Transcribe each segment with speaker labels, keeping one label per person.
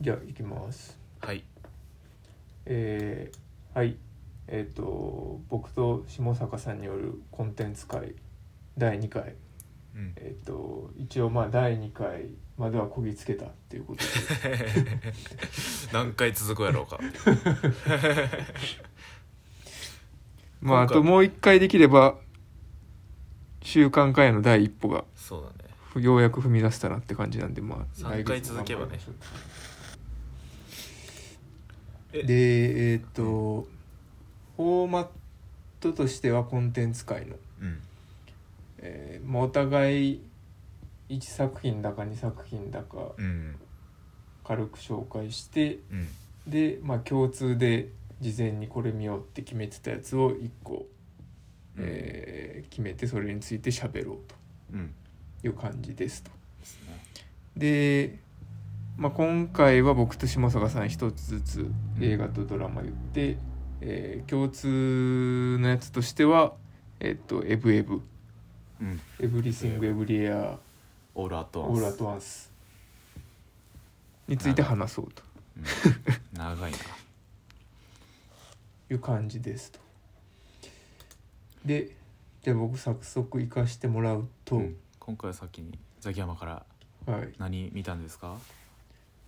Speaker 1: じゃあ行きます
Speaker 2: はい
Speaker 1: えーはいえっ、と僕と下坂さんによるコンテンツ会第2回
Speaker 2: うん
Speaker 1: えっ、と一応まあ第2回まではこぎつけたっていうことで
Speaker 2: 何回続くやろうか
Speaker 1: まああ
Speaker 2: 今回
Speaker 1: ともう1回できれば習慣化への第一歩が
Speaker 2: そうだね
Speaker 1: ふようやく踏み出せたなって感じなんでまあ
Speaker 2: 三回
Speaker 1: 来月も
Speaker 2: 続けばねえ
Speaker 1: でえっ、とフォーマットとしてはコンテンツ会の
Speaker 2: うん
Speaker 1: えーまあ、お互い1作品だか2作品だか
Speaker 2: うん
Speaker 1: 軽く紹介して
Speaker 2: うん
Speaker 1: で、まあ、共通で事前にこれ見ようって決めてたやつを1個、えー決めてそれについて喋ろう
Speaker 2: うん
Speaker 1: という感じですと。
Speaker 2: ですね
Speaker 1: で、まあ、今回は僕と下坂さん1つずつ映画とドラマ言って、えー共通のやつとしては「えっと、エブエブ」
Speaker 2: うん
Speaker 1: 「エブリシング・エブリエアー」
Speaker 2: オールアットワン
Speaker 1: オー
Speaker 2: ス
Speaker 1: ルアットワンスについて話そうと
Speaker 2: うん長 いな
Speaker 1: いう感じですと。でじゃあ僕早速行かしてもらうと、
Speaker 2: うん今回は先にザキヤマから
Speaker 1: はい
Speaker 2: 何見たんですか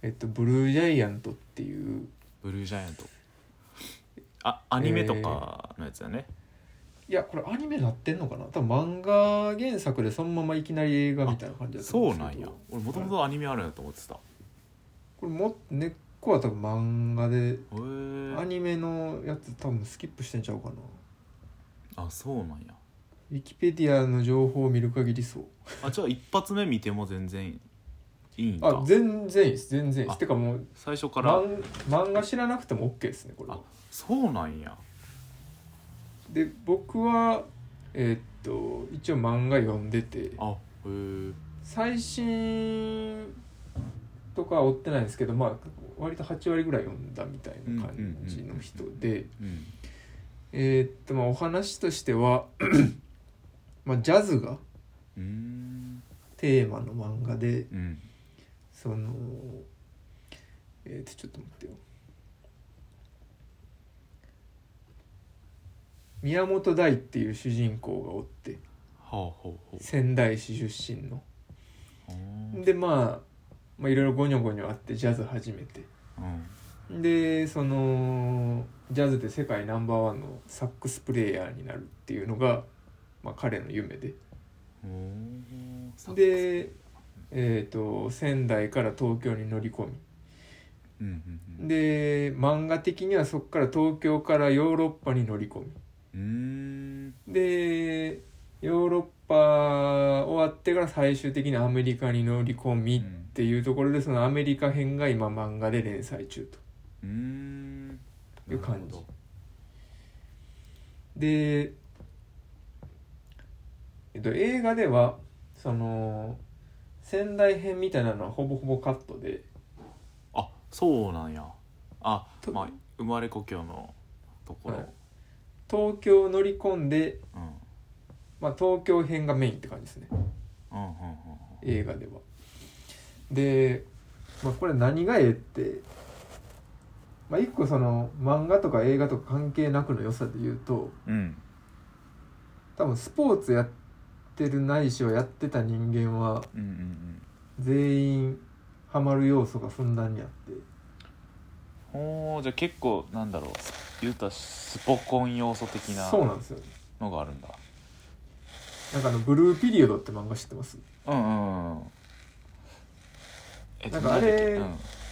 Speaker 1: えっと、ブルージャイアントっていう
Speaker 2: ブルージャイアントあアニメとかのやつだね、
Speaker 1: いやこれアニメなってんのかな多分漫画原作でそのままいきなり映画みたいな感じだと
Speaker 2: そ
Speaker 1: 思
Speaker 2: うんな
Speaker 1: です
Speaker 2: ん
Speaker 1: け
Speaker 2: や
Speaker 1: ど
Speaker 2: 俺もともとアニメあるなと思ってたへ
Speaker 1: これも根っこは多分漫画で
Speaker 2: え
Speaker 1: アニメのやつ多分スキップしてんちゃうかな
Speaker 2: あそうなんや
Speaker 1: ウィキペディアの情報を見る限りそう
Speaker 2: あじゃあ一発目見ても全然いいんか
Speaker 1: あ全然いいです全然いいで
Speaker 2: あ
Speaker 1: すてかもう
Speaker 2: 最初から
Speaker 1: 漫漫画知らなくても OK ですねこれは
Speaker 2: あそうなんや
Speaker 1: で僕はえーっと一応漫画読んでて
Speaker 2: あへえ
Speaker 1: 最新とかは追ってないんですけどまあ割と8割ぐらい読んだみたいな感じの人で
Speaker 2: うん
Speaker 1: えーっとまあお話としては まあジャズが
Speaker 2: うーん
Speaker 1: テーマの漫画で
Speaker 2: うん
Speaker 1: そのえーっとちょっと待ってよ宮本大っていう主人公がおって
Speaker 2: はあほうほ
Speaker 1: 仙台市出身の
Speaker 2: ううん
Speaker 1: でまあまあいろいろゴニョゴニョあってジャズ始めて
Speaker 2: うん
Speaker 1: でそのジャズで世界ナンバーワンのサックスプレイヤーになるっていうのが、まあ、彼の夢で
Speaker 2: おー
Speaker 1: で、えー、と仙台から東京に乗り込
Speaker 2: うんうんう
Speaker 1: み
Speaker 2: ん
Speaker 1: で漫画的にはそこから東京からヨーロッパに乗り込
Speaker 2: うーん
Speaker 1: みでヨーロッパ終わってから最終的にアメリカに乗り込みっ
Speaker 2: うん
Speaker 1: っていうところでそのアメリカ編が今漫画で連載中と
Speaker 2: うーん
Speaker 1: いう感じ
Speaker 2: なるほど
Speaker 1: で、えっと、映画ではその仙台編みたいなのはほぼほぼカットで
Speaker 2: あそうなんやあ
Speaker 1: と
Speaker 2: まあ生まれ故郷のところ、
Speaker 1: はい東京を乗り込んで、
Speaker 2: うん
Speaker 1: まあ、東京編がメインって感じですね
Speaker 2: うんうん
Speaker 1: 映画ではで、まあ、これ何がええって、まあ、一個その漫画とか映画とか関係なくの良さで言うと、
Speaker 2: うんうん
Speaker 1: 多分スポーツやってるないしはやってた人間は
Speaker 2: うんうんうん
Speaker 1: 全員ハマる要素がふんだんにあって
Speaker 2: おーじゃあ結構なんだろう言うたらスポコン要素的な
Speaker 1: そうなんですよ
Speaker 2: のがあるんだ
Speaker 1: なんかあの「ブルーピリオド」って漫画知ってます
Speaker 2: うんうんうんえ
Speaker 1: なんかあれ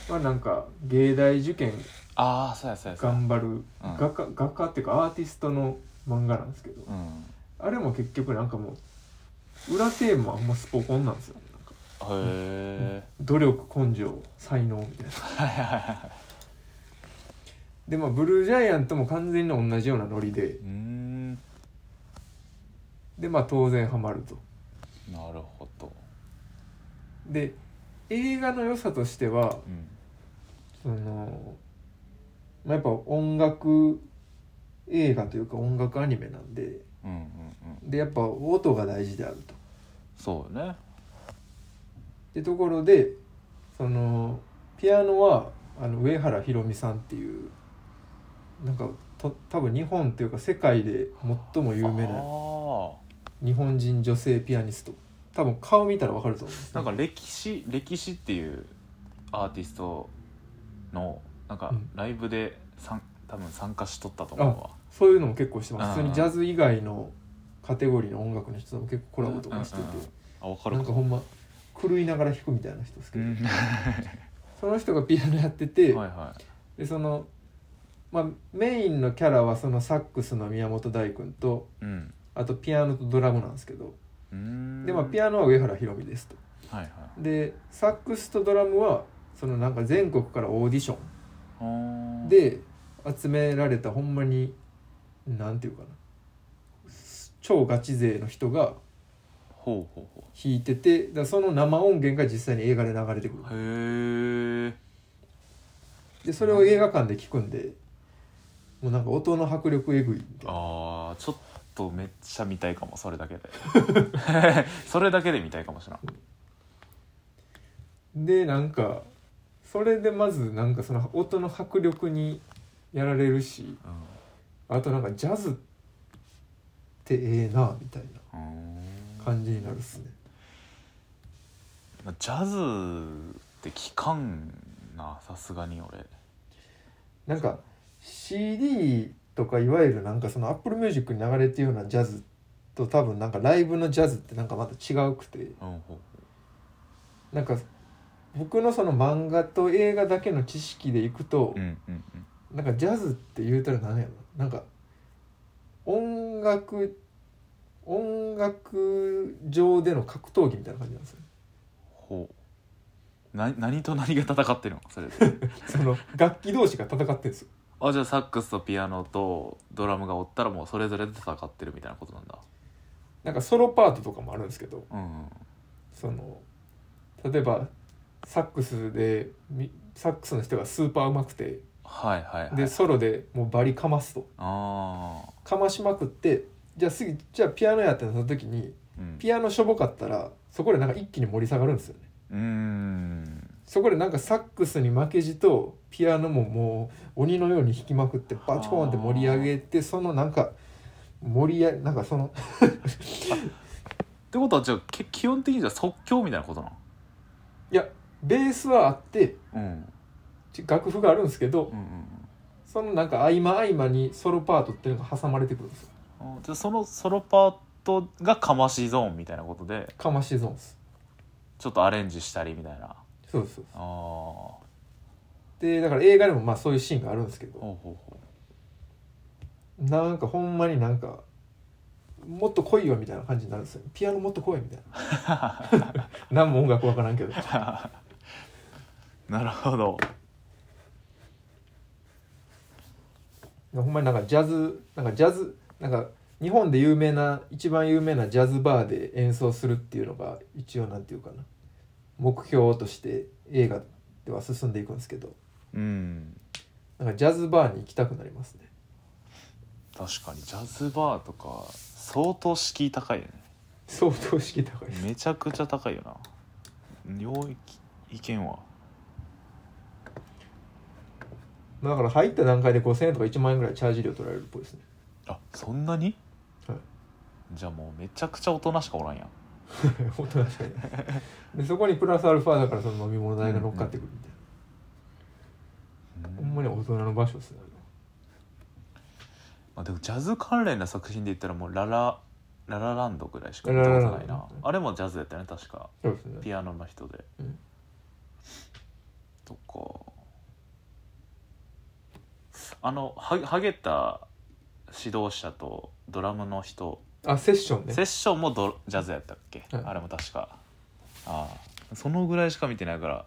Speaker 2: うん、
Speaker 1: はなんか芸大受験
Speaker 2: ああそうやそうやそうや
Speaker 1: 頑張る画家画家っていうかアーティストの漫画なんですけど
Speaker 2: うん
Speaker 1: あれも結局なんかもう裏テーマはほんまスポコンなんですよなんか
Speaker 2: へえ
Speaker 1: 努力根性才能みたいな
Speaker 2: はいはいは
Speaker 1: でまあブルージャイアントも完全に同じようなノリで
Speaker 2: いうーんな
Speaker 1: でまあ当然ハマると
Speaker 2: るほど
Speaker 1: で映画の良さとしては
Speaker 2: うん
Speaker 1: そのまあやっぱ音楽映画というか音楽アニメなんで
Speaker 2: うんうんうん
Speaker 1: でやっぱ音が大事であると。
Speaker 2: そうよね
Speaker 1: でところでそのピアノはあの上原ひろみさんっていうなんかと多分日本というか世界で最も有名な
Speaker 2: あ
Speaker 1: 日本人女性ピアニスト多分顔見たらわかると思う
Speaker 2: あなんか歴史歴史っていうアーティストのなんか
Speaker 1: うん
Speaker 2: ライブで参多分参加しとったと思うわ
Speaker 1: そういうのも結構してます普
Speaker 2: うん
Speaker 1: 通にジャズ以外のカテゴリーの音楽の人とも結構コラボとかしてて、
Speaker 2: うんうんうんあわかる
Speaker 1: なん
Speaker 2: か
Speaker 1: かほんま狂いながら弾くみたいな人ですけ
Speaker 2: う
Speaker 1: ど、
Speaker 2: んは
Speaker 1: その人がピアノやってて、
Speaker 2: いはい
Speaker 1: でその、まあ、メインのキャラはそのサックスの宮本大君と
Speaker 2: うん
Speaker 1: あとピアノとドラムなんですけど
Speaker 2: うーん
Speaker 1: で、まあ、ピアノは上原ひろみですと。
Speaker 2: はいはい
Speaker 1: でサックスとドラムはそのなんか全国からオーディショ
Speaker 2: あー
Speaker 1: ンで集められたほんまになんていうかな超ガチ勢の人が
Speaker 2: ほうほうほ
Speaker 1: 弾いててだからその生音源が実際に映画で流れてくる
Speaker 2: うへえ
Speaker 1: でそれを映画館で聞くんでもうなんか音の迫力えぐいみたいな
Speaker 2: あーちょっとめっちゃ見たいかもそれ だけでそれだけで見たいかもしれん
Speaker 1: でなんかそれでまずなんかその音の迫力にやられるしあとなんかジャズってええなみたいな
Speaker 2: うんうーん
Speaker 1: 感じになるっすね
Speaker 2: まあジャズって聞かんなさすがに俺
Speaker 1: なんか CD とかいわゆるなんかその Apple Music に流れてるようなジャズと多分なんかライブのジャズってなんかまた違うくて
Speaker 2: うんほ
Speaker 1: なんか僕のその漫画と映画だけの知識でいくと、
Speaker 2: ううんうんうん
Speaker 1: なんかジャズって言うたら何やろなんか音楽音楽上での格闘技みたいな感じなんですよ
Speaker 2: ほうな何と何が戦ってるのそれで
Speaker 1: その楽器同士が戦ってるんですよ
Speaker 2: あじゃあサックスとピアノとドラムがおったらもうそれぞれで戦ってるみたいなことなんだ
Speaker 1: なんかソロパートとかもあるんですけど
Speaker 2: うんうん
Speaker 1: その例えばサックスでみサックスの人がスーパーうまくて
Speaker 2: はいはいはい
Speaker 1: でソロでもうバリかますと
Speaker 2: ああ
Speaker 1: かましまくってじゃあ次じゃあピアノやってなった時に
Speaker 2: うん
Speaker 1: ピアノしょぼかったらそこでなんか一気に盛り下がるんですよね
Speaker 2: うーん
Speaker 1: そこでなんかサックスに負けじとピアノももう鬼のように弾きまくってバチコーンって盛り上げてそのなんか盛り上げなんかその
Speaker 2: ってことはじゃあけ基本的にじゃあ即興みたいなことない
Speaker 1: やベースはあって
Speaker 2: うん
Speaker 1: ち楽譜があるんですけど
Speaker 2: うんうん
Speaker 1: そのなんか合間合間にソロパートっていうのが挟まれてくるんですよ
Speaker 2: うんあじゃあそのソロパートがかましゾーンみたいなことで
Speaker 1: かましゾーンです
Speaker 2: ちょっとアレンジしたりみたいなあ
Speaker 1: そうですそうです
Speaker 2: あーほ
Speaker 1: でだから映画でもまあそういうシーンがあるんですけ
Speaker 2: う
Speaker 1: ど
Speaker 2: ほうほ
Speaker 1: なんかほんまになんかもっと来いよみたいな感じになるんですよピアノもっと来いみたいな何も音楽わからんけど
Speaker 2: うなるほど
Speaker 1: ほんまになんかジャズなんかジャズなんか日本で有名な一番有名なジャズバーで演奏するっていうのが一応なんていうかな目標として映画では進んでいくんですけど
Speaker 2: うん
Speaker 1: なんかジャズバーに行きたくなりますね
Speaker 2: 確かにジャズバーとか相当敷居高いよね
Speaker 1: 相当敷居高いです
Speaker 2: めちゃくちゃ高いよな領域意見は
Speaker 1: だから入った段階で5000円とか1万円ぐらいチャージ料取られるっぽいですね
Speaker 2: あそんなに
Speaker 1: はい
Speaker 2: じゃあもうめちゃくちゃ大人しかおらんやん
Speaker 1: 本当確かにでそこにプラスアルファだからその飲み物代が乗っかってくるみたいな、
Speaker 2: うん
Speaker 1: ほんまに大人の場所ですね
Speaker 2: まあ、でもジャズ関連の作品で言ったらもうララララランドぐらいしか
Speaker 1: ララ
Speaker 2: 見た
Speaker 1: ラ
Speaker 2: こ
Speaker 1: ンド
Speaker 2: とないなあれもジャズやったよね確か
Speaker 1: そうですね
Speaker 2: ピアノの人で、
Speaker 1: うん
Speaker 2: とかあのハハゲた指導者とドラムの人、
Speaker 1: あセッションね
Speaker 2: セッションもドジャズやったっけ、
Speaker 1: はい
Speaker 2: あれも確かああそのぐらいしか見てないから、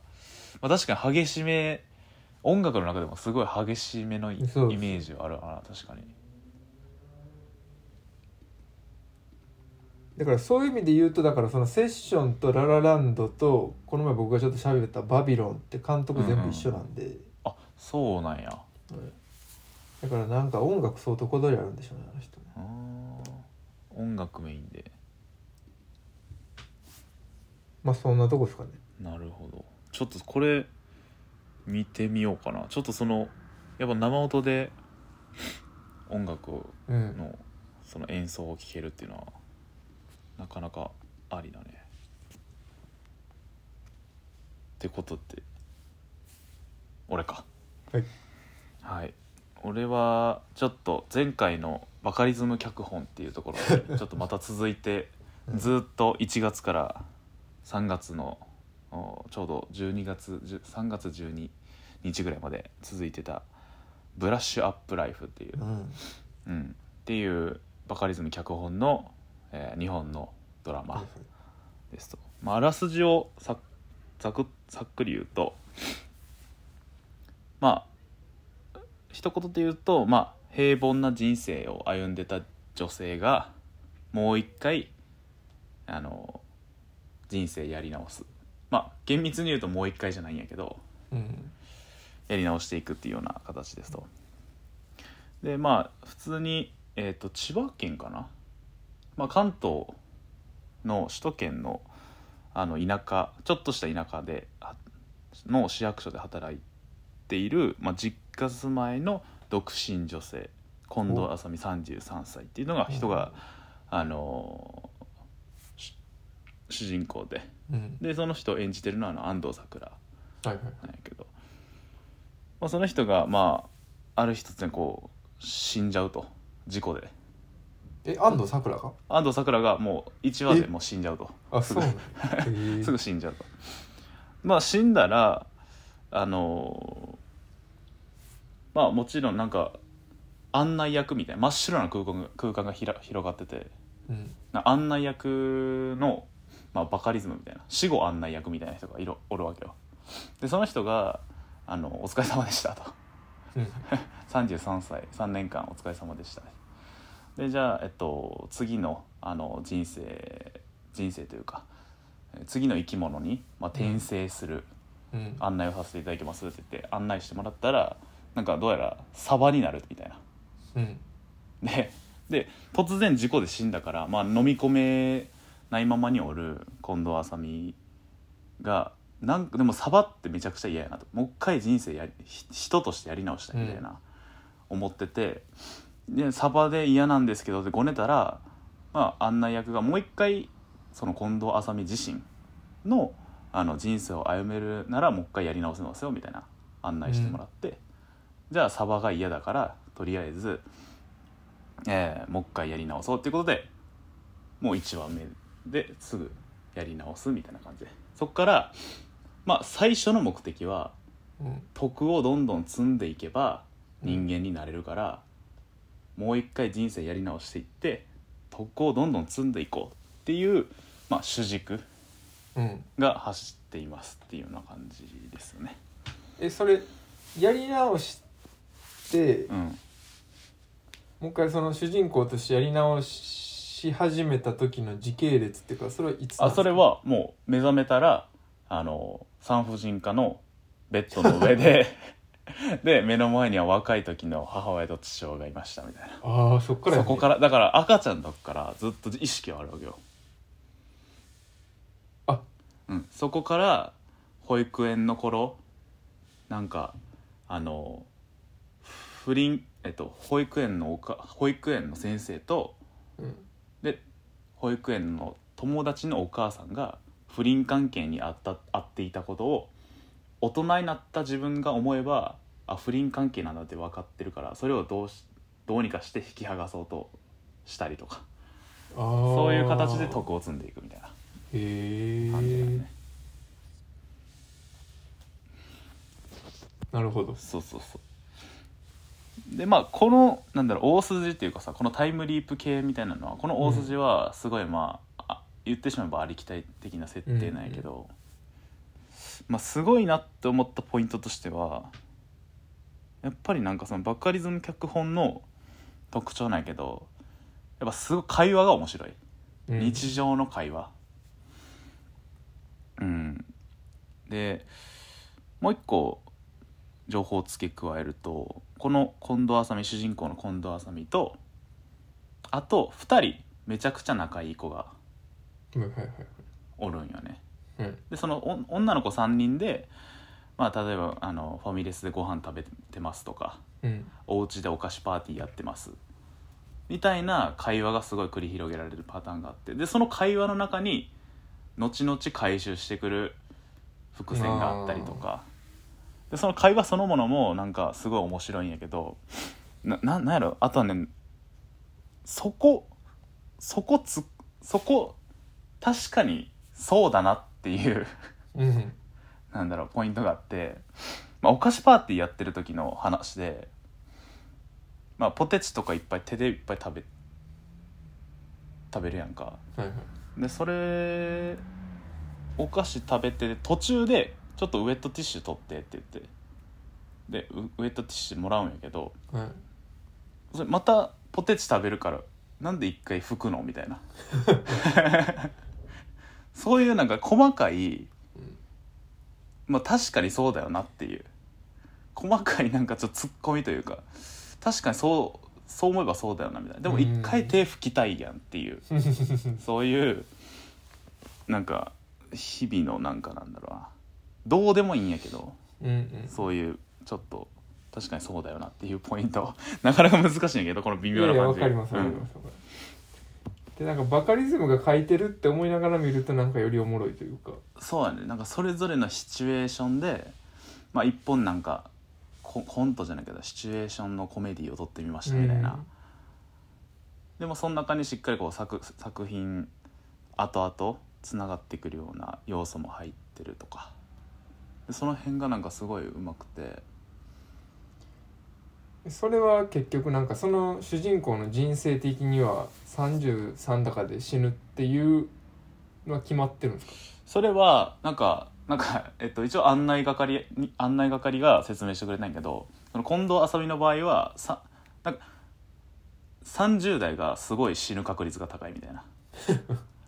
Speaker 2: まあ、確かに激しめ音楽の中でもすごい激しめのイイメ
Speaker 1: そうです
Speaker 2: ージはあるかな確かに
Speaker 1: だからそういう意味で言うとだからそのセッションとララランドとこの前僕がちょっと喋ったバビロンって監督全部一緒なんで、
Speaker 2: あそうなんや
Speaker 1: はいだからなんか音楽相当こだわりあるんでしょうねあの人ね
Speaker 2: あー音楽メインで
Speaker 1: まあそんなとこですかね
Speaker 2: なるほどちょっとこれ見てみようかなちょっとそのやっぱ生音で音楽
Speaker 1: うん
Speaker 2: のその演奏を聴けるっていうのはなかなかありだねってことって俺か
Speaker 1: はい
Speaker 2: はい俺はちょっと前回のバカリズム脚本っていうところ でちょっとまた続いて
Speaker 1: うん
Speaker 2: ずーっと1月から3月のおちょうど12月10 3月12日ぐらいまで続いてた「ブラッシュアップライフ」っていう
Speaker 1: うん
Speaker 2: うん、っていうバカリズム脚本の、えー日本のドラマですと、まあ、あらすじをさざくざっくり言うとまあ一言で言うと、まあ、平凡な人生を歩んでた女性がもう一回あの人生やり直すまあ厳密に言うともう一回じゃないんやけど
Speaker 1: うん
Speaker 2: やり直していくっていうような形ですと。でまあ普通に、えー、と千葉県かな、まあ、関東の首都圏のあの田舎ちょっとした田舎ではの市役所で働いている、まあ、実家住まいの独身女性近藤
Speaker 1: お
Speaker 2: あさみ33歳っていうのが人が、あのーし主人公で
Speaker 1: うん
Speaker 2: でその人を演じてるのはあの安藤サクラ
Speaker 1: はいはい
Speaker 2: なんやけど、まあ、その人がまあある日突然こう死んじゃうと事故で
Speaker 1: え安藤サクラか
Speaker 2: 安藤サクラがもう1話でもう死んじゃうと
Speaker 1: あそうなんだへー
Speaker 2: すぐ死んじゃうとまあ死んだらあのーまあもちろんなんか案内役みたいな真っ白な空間が空間がひら広がってて
Speaker 1: うん
Speaker 2: な案内役の、まあ、バカリズムみたいな死後案内役みたいな人がいるおるわけよでその人があの「お疲れ様でした」と。
Speaker 1: うん
Speaker 2: 33歳3年間お疲れ様でしたでじゃあ、えっと、次のあの人生人生というかえー次の生き物に、まあ、転生する
Speaker 1: うん
Speaker 2: 案内をさせていただきますって言って案内してもらったらなんかどうやらサバになるみたいな
Speaker 1: うん
Speaker 2: でで突然事故で死んだから、まあ、飲み込めないままにおる近藤麻美がなんかでもサバってめちゃくちゃ嫌やなともう一回人生やりひ人としてやり直したいみたいな、思っててでサバで嫌なんですけどでごねたら、まあ、案内役がもう一回その近藤麻美自身のあの人生を歩めるならもう一回やり直せますよみたいな案内してもらって、じゃあサバが嫌だからとりあえず、えーもう一回やり直そうっていうことでもう1話目ですぐやり直すみたいな感じでそっから、まあ、最初の目的は
Speaker 1: うん
Speaker 2: 徳をどんどん積んでいけば人間になれるから、もう一回人生やり直していって徳をどんどん積んでいこうっていう、まあ、主軸
Speaker 1: うん
Speaker 2: が走っていますっていうような感じですよね。
Speaker 1: えそれやり直して
Speaker 2: うん、
Speaker 1: もう一回その主人公としてやり直し始めた時の時系列っていうかそれはいつなんです
Speaker 2: あ
Speaker 1: か
Speaker 2: それはもう目覚めたらあの産婦人科のベッドの上でで目の前には若い時の母親と父親がいましたみたいな。
Speaker 1: ああそっからや
Speaker 2: そ
Speaker 1: ね
Speaker 2: こからだから赤ちゃんの時からずっと意識はあるわけよ
Speaker 1: あ
Speaker 2: うんそこから保育園の頃なんかあの不倫えっと保育園のおか保育園の先生と
Speaker 1: うん
Speaker 2: で保育園の友達のお母さんが不倫関係にあったあっていたことを大人になった自分が思えばあ不倫関係なんだって分かってるからそれをどうしどうにかして引き剥がそうとしたりとか
Speaker 1: あ
Speaker 2: そういう形で
Speaker 1: と
Speaker 2: 徳を積んでいくみたいな
Speaker 1: へえ
Speaker 2: 感じだよね、
Speaker 1: なるほど
Speaker 2: そうそうそうでまあこのなんだろう大筋っていうかさこのタイムリープ系みたいなのはこの大筋はすごいまあ,あ、言ってしまえばありきたり的な設定なんやけど、まあすごいなって思ったポイントとしてはやっぱりなんかそのバカリズム脚本の特徴なんやけどやっぱすごい会話が面白い。
Speaker 1: うん
Speaker 2: 日常の会話うんでもう一個情報を付け加えるとこの近藤麻美主人公の近藤麻美とあと2人めちゃくちゃ仲いい子が
Speaker 1: うんはいはい
Speaker 2: おるんよね
Speaker 1: はいうん
Speaker 2: でそのお女の子3人でまあ例えばあのファミレスでご飯食べてますとか
Speaker 1: うん
Speaker 2: お家でお菓子パーティーやってますみたいな会話がすごい繰り広げられるパターンがあってでその会話の中に後々回収してくる伏線があったりとかでその会話そのものもなんかすごい面白いんやけどなななんやろあとはねそこそこつそこ確かにそうだなっていう
Speaker 1: うん
Speaker 2: なんだろうポイントがあって、まあ、お菓子パーティーやってる時の話で、まあ、ポテチとかいっぱい手でいっぱい食べ食べるやんか
Speaker 1: はいはい
Speaker 2: でそれお菓子食べて途中でちょっとウエットティッシュ取ってって言ってでウウエットティッシュもらうんやけど
Speaker 1: はい
Speaker 2: それまたポテチ食べるからなんで一回拭くのみた いなそういうなんか細かい
Speaker 1: うん
Speaker 2: まあ確かにそうだよなっていう細かいなんかちょっとツッコミというか確かにそうそう思えばそうだよなみたいなでも
Speaker 1: うん
Speaker 2: 一回手拭きたいやんっていうそういうなんか日々のなんかなんだろうなどうでもいいんやけど
Speaker 1: うんうん
Speaker 2: そういうちょっと確かにそうだよなっていうポイント なかなか難しいんやけどこの微妙
Speaker 1: いや
Speaker 2: ない
Speaker 1: や
Speaker 2: 感
Speaker 1: わ
Speaker 2: じ
Speaker 1: かります
Speaker 2: う
Speaker 1: わ
Speaker 2: ん
Speaker 1: かります、わかりますでなんかバカリズムが書いてるって思いながら見るとなんかよりおもろいというか
Speaker 2: そうやねなんかそれぞれのシチュエーションでまあ一本なんかココントじゃないけどシチュエーションのコメディを撮ってみましたみたいな、でもその中にしっかりこう作作品後々つながってくるような要素も入ってるとかでその辺がなんかすごいうまくて
Speaker 1: うんそれは結局なんかその主人公の人生的には33だかで死ぬっていうのは決まってるんですか
Speaker 2: それはなんかなんか、 えっと、一応案内係に案内係が説明してくれないけどその近藤麻美の場合はさなんか30代がすごい死ぬ確率が高いみたいな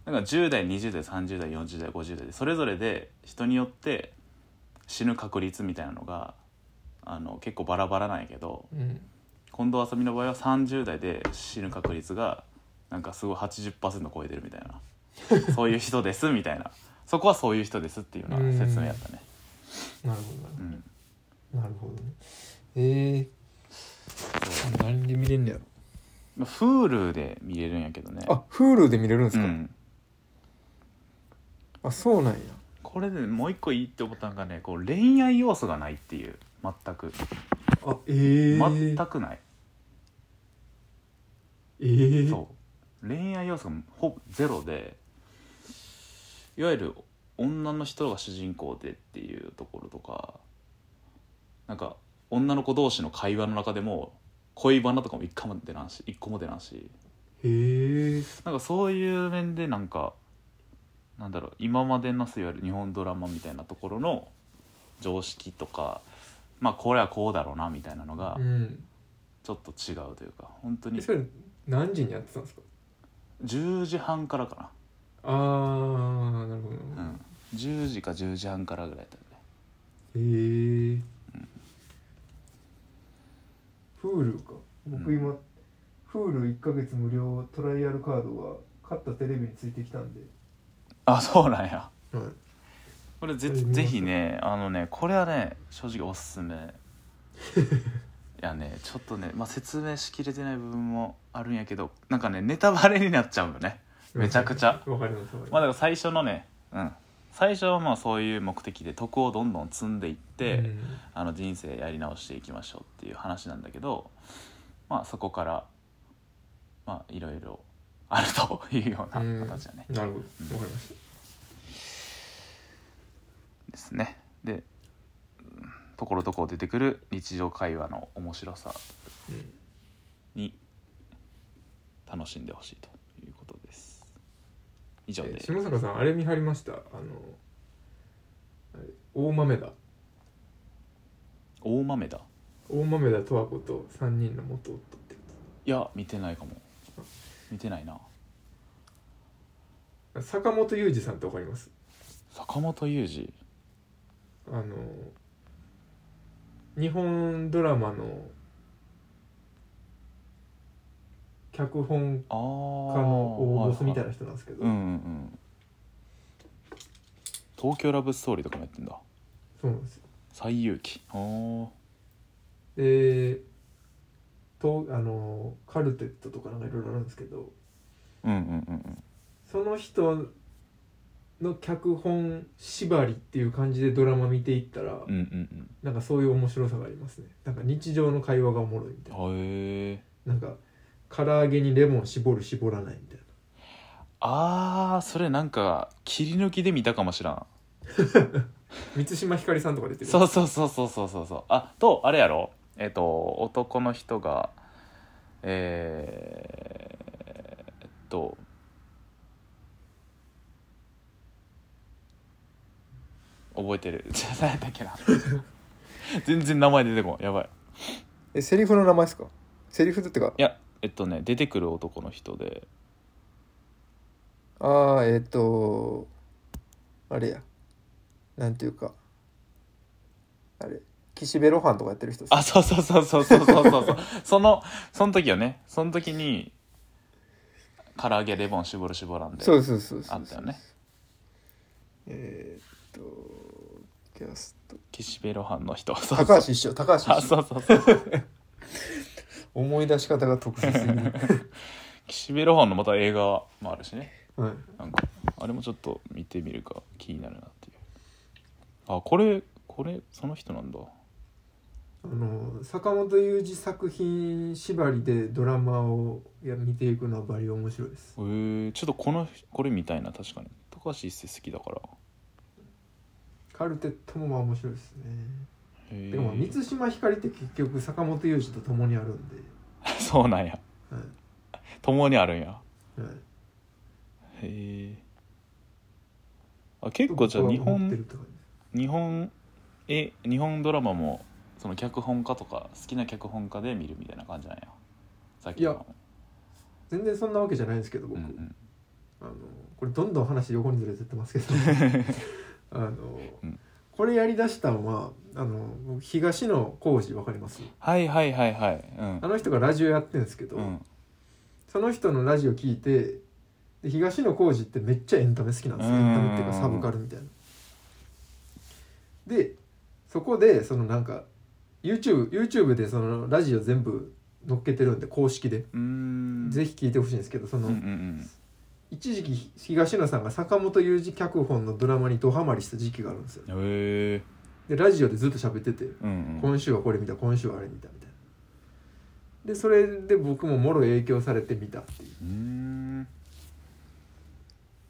Speaker 2: なんか10代20代30代40代50代でそれぞれで人によって死ぬ確率みたいなのがあの結構バラバラなんやけど
Speaker 1: うん
Speaker 2: 近藤麻美の場合は30代で死ぬ確率がなんかすごい80%超えてるみ たいなそういう人ですみたいなそこはそういう人ですっていうような説明やったね
Speaker 1: なるほ
Speaker 2: う
Speaker 1: ど
Speaker 2: ん
Speaker 1: ななるほどねえ
Speaker 2: そう
Speaker 1: ー、何で見れんねやろ
Speaker 2: まあ Hulu で見れるんやけどね
Speaker 1: あ Hulu で見れるんです
Speaker 2: う
Speaker 1: か、
Speaker 2: ん
Speaker 1: あそうなんや
Speaker 2: これでもう一個いいって思ったのがねこう恋愛要素がないっていう全く
Speaker 1: あええ
Speaker 2: 全くない、
Speaker 1: えー、
Speaker 2: そう恋愛要素がほぼゼロでいわゆる女の人が主人公でっていうところとかなんか女の子同士の会話の中でも恋バナとかも一個も出なんし一個も出なんし
Speaker 1: へえ
Speaker 2: なんかそういう面でなんかなんだろう今までのいわゆる日本ドラマみたいなところの常識とかまあこれはこうだろうなみたいなのが
Speaker 1: うん
Speaker 2: ちょっと違うというか本当
Speaker 1: え
Speaker 2: に
Speaker 1: それ何時にやってたんですか
Speaker 2: 10時半からかな
Speaker 1: あーなるほど、なる
Speaker 2: うん、10時か10時半からぐらいだったよね
Speaker 1: ほどへえー、Hulu か僕今、Hulu1 ヶ月無料トライアルカードが買ったテレビについてきたんで、
Speaker 2: あそうなんや
Speaker 1: はい、
Speaker 2: これぜ
Speaker 1: これ見ました
Speaker 2: ぜひねあのねこれはね正直おす すめいやねちょっとね、まあ、説明しきれてない部分もあるんやけどなんかねネタバレになっちゃうよねめちゃくちゃ
Speaker 1: わかりますわかり
Speaker 2: まあ
Speaker 1: ま
Speaker 2: だから最初のねうん最初はまあそういう目的で徳をどんどん積んでいっ
Speaker 1: す
Speaker 2: て、
Speaker 1: うん
Speaker 2: あの人生やり直していきましょうっていう話なんだけど、まあ、そこから、まあ、いろいろあるというような形だね、
Speaker 1: なるほどわかりまし
Speaker 2: ですねでうんところどころ出てくる日常会話の面白さ
Speaker 1: た、
Speaker 2: に楽しんでほしいということです以上
Speaker 1: うん、え
Speaker 2: で
Speaker 1: 下坂さんあれ見張りましたあのあれ大豆だ
Speaker 2: 大豆だ
Speaker 1: 大豆田十和子と3人の元夫ってや
Speaker 2: いや見てないかも見てないな
Speaker 1: つ坂本雄二さんってわかります
Speaker 2: 坂本雄二
Speaker 1: あの日本ドラマの脚本
Speaker 2: ああ
Speaker 1: 家の大ボスみたいな人なんですけど、
Speaker 2: うんうんうん東京ラブストーリーとかもやってんだ
Speaker 1: そうなんですよ
Speaker 2: 最勇気おー
Speaker 1: でとあのカルテットとかなんかいろいろあるんですけど
Speaker 2: うんうんうん
Speaker 1: その人の脚本縛りっていう感じでドラマ見ていったら、
Speaker 2: うんうんうん
Speaker 1: なんかそういう面白さがありますねなんか日常の会話がおもろいみたい
Speaker 2: うんへえ
Speaker 1: ななんか唐揚げにレモン絞る絞らないみたいな
Speaker 2: あーそれなんか切り抜きで見たかもしらん
Speaker 1: 満島ひかりさんとか出てる
Speaker 2: そうそうそうそうそうそうそうあとあれやろえっ、と男の人がえー、えっと覚えてる 何やったっけな全然名前出てこんやばい
Speaker 1: えセリフの名前ですかセリフってか
Speaker 2: いやえっとね出てくる男の人で
Speaker 1: ああえっ、とあれやなんていうかあれ岸辺露伴とかやってる人
Speaker 2: あそうそうそうそうそうそうそうそう そのその時よねその時に唐揚げレモン絞る絞らんで
Speaker 1: そうそうそうそう
Speaker 2: あったよね
Speaker 1: えー、っとキャスト
Speaker 2: 岸辺露伴の人そうそう
Speaker 1: 高橋一生高橋
Speaker 2: あ
Speaker 1: 一生
Speaker 2: そうそうそう
Speaker 1: 思い出し方が特殊すぎ る、
Speaker 2: 岸辺露伴のまた映画もあるしね
Speaker 1: はい、
Speaker 2: なんかあれもちょっと見てみるか気になるなっていうあこれこれその人なんだ
Speaker 1: あの坂本雄二作品縛りでドラマをいや見ていくのはバリ面白いです
Speaker 2: えー、ちょっとこのこれみたいな確かに高橋一生好きだから
Speaker 1: カルテットもまあ面白いですね、
Speaker 2: へー
Speaker 1: でも満島ひかりって結局坂本雄二と共にあるんで、
Speaker 2: そうなんや
Speaker 1: はい
Speaker 2: 共にあるんや
Speaker 1: はい、
Speaker 2: へえあ結構じゃあ日
Speaker 1: 僕は思ってる
Speaker 2: 本
Speaker 1: って感じです
Speaker 2: 日本え日本ドラマもその脚本家とか好きな脚本家で見るみたいな感じなんやさっきの
Speaker 1: いや全然そんなわけじゃないんですけど
Speaker 2: う
Speaker 1: 僕、
Speaker 2: んうん
Speaker 1: あのこれどんどん話横にずれてってますけ どあの、
Speaker 2: うん
Speaker 1: これやりだしたのはあの僕東野浩二わかります
Speaker 2: はいはいはいはいうん
Speaker 1: あの人がラジオやってるんですけど、
Speaker 2: うん、
Speaker 1: その人のラジオ聞いてで東野浩二ってめっちゃエンタメ好きなんですよ
Speaker 2: うん
Speaker 1: エンタメっていうかサブカルみたいな。でそこでそのなんか YouTube, YouTube でそのラジオ全部載っけてるんで公式で、
Speaker 2: うーん
Speaker 1: ぜひ聞いてほしいんですけどそ
Speaker 2: うん
Speaker 1: の、
Speaker 2: うんうん
Speaker 1: 一時期東野さんが坂本雄二脚本のドラマにドハマりした時期があるんですよ
Speaker 2: へえ
Speaker 1: でラジオでずっと喋ってて
Speaker 2: うんうん
Speaker 1: 今週はこれ見た今週はあれ見たみたいなでそれで僕ももろ影響されて見たっていう
Speaker 2: うーん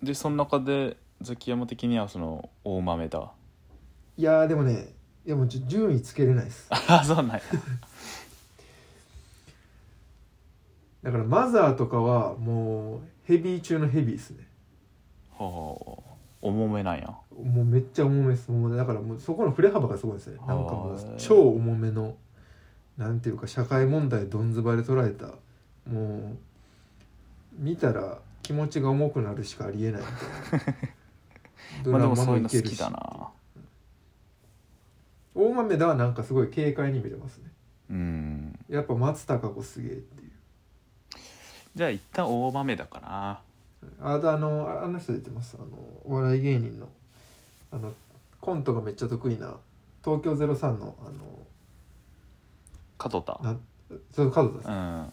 Speaker 2: でその中でザキヤマ的にはその大豆だ
Speaker 1: いやーでもねいやもうちょ順位つけれないです
Speaker 2: あそうなんや
Speaker 1: だからマザーとかはもうヘビー中のヘビーですね
Speaker 2: ほう重めなんや
Speaker 1: もうめっちゃ重めですもうだからもうそこの振れ幅がすごいですねなんかも
Speaker 2: は
Speaker 1: う
Speaker 2: い
Speaker 1: 超重めのなんていうか社会問題どんずばで捉えたもう見たら気持ちが重くなるしかありえないみたい
Speaker 2: ま
Speaker 1: な
Speaker 2: あで
Speaker 1: ドラ
Speaker 2: もそう
Speaker 1: マ
Speaker 2: いうの
Speaker 1: いけ
Speaker 2: 好
Speaker 1: る
Speaker 2: き
Speaker 1: し
Speaker 2: だな
Speaker 1: 大豆田はなんかすごい軽快に見れますね
Speaker 2: うん
Speaker 1: やっぱ松たか子すげえっていう
Speaker 2: じゃあ一旦大豆だかな
Speaker 1: あとあのああの人出てますあのお笑い芸人のあのコントがめっちゃ得意な東京03のあの
Speaker 2: 角田
Speaker 1: なその角田さん
Speaker 2: うん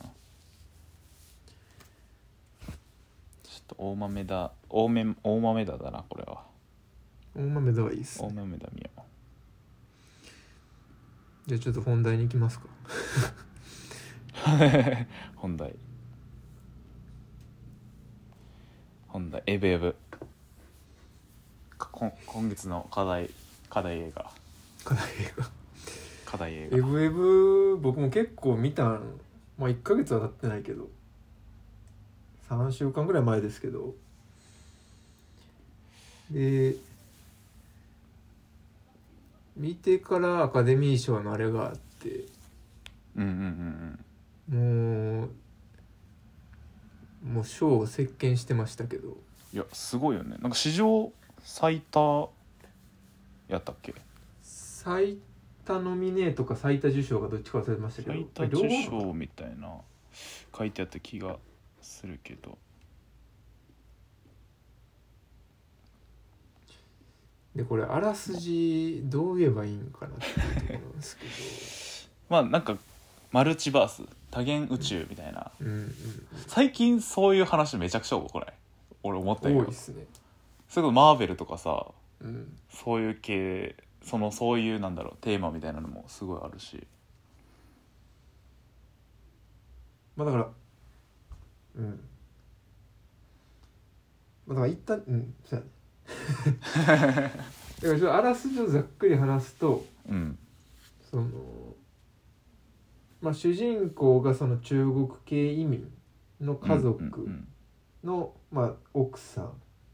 Speaker 2: ちょっと大豆だ大め大豆だだなこれは
Speaker 1: 大豆だはいいっす
Speaker 2: 大豆だ見よう
Speaker 1: じゃあちょっと本題に行きますか
Speaker 2: 本題本題エブエブかこん今月の課題課題映画
Speaker 1: 課題映画
Speaker 2: 課題映
Speaker 1: 「 エ
Speaker 2: 画
Speaker 1: ブエブ」僕も結構見たんまあ1ヶ月は経ってないけど3週間ぐらい前ですけどで見てからアカデミー賞のあれがあって
Speaker 2: うんうんう
Speaker 1: も
Speaker 2: ん
Speaker 1: うもう賞を席巻してましたけど
Speaker 2: うんいやすごいよねなんか史上最多やったっけ
Speaker 1: 最多ノミネートか最多受賞かどっちか忘れましたけど
Speaker 2: 最多
Speaker 1: 両
Speaker 2: 受
Speaker 1: 方なの
Speaker 2: 賞みたいな書いてあった気がするけど
Speaker 1: でこれあらすじどう言えばいいんかなっていうところなんですけ
Speaker 2: まあなんかマルチバース多元宇宙みたいな
Speaker 1: どうんうん
Speaker 2: 最近そういう話めちゃくちゃ多くない俺思ったけ
Speaker 1: 多い
Speaker 2: ど
Speaker 1: っすね
Speaker 2: それこそマーベルとかさ
Speaker 1: うん
Speaker 2: そういう系そのそういうなんだろうテーマみたいなのもすごいあるし
Speaker 1: まあだからうんまあだから一旦うんそうやね だからちょっとあらすじをざっくり話すと
Speaker 2: うん
Speaker 1: そのまあ主人公がその中国系移民の家族
Speaker 2: うん
Speaker 1: の、まあ、奥さん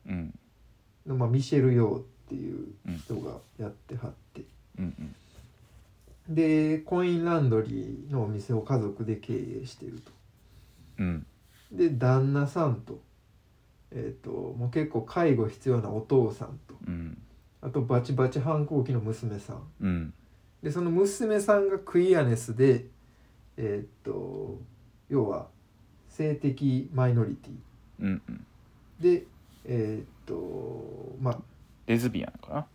Speaker 2: うん
Speaker 1: の、まあ、ミシェル・ヨーっていう人がやってはって、
Speaker 2: うんうん
Speaker 1: でコインランドリーのお店を家族で経営してると
Speaker 2: うん
Speaker 1: で旦那さんと,、えー、ともう結構介護必要なお父さんと
Speaker 2: うん
Speaker 1: あとバチバチ反抗期の娘さん
Speaker 2: うん
Speaker 1: でその娘さんがクイアネスでえっ、と要は性的マイノリティ
Speaker 2: うんうん
Speaker 1: でえっ、とまあ
Speaker 2: レズビアンかな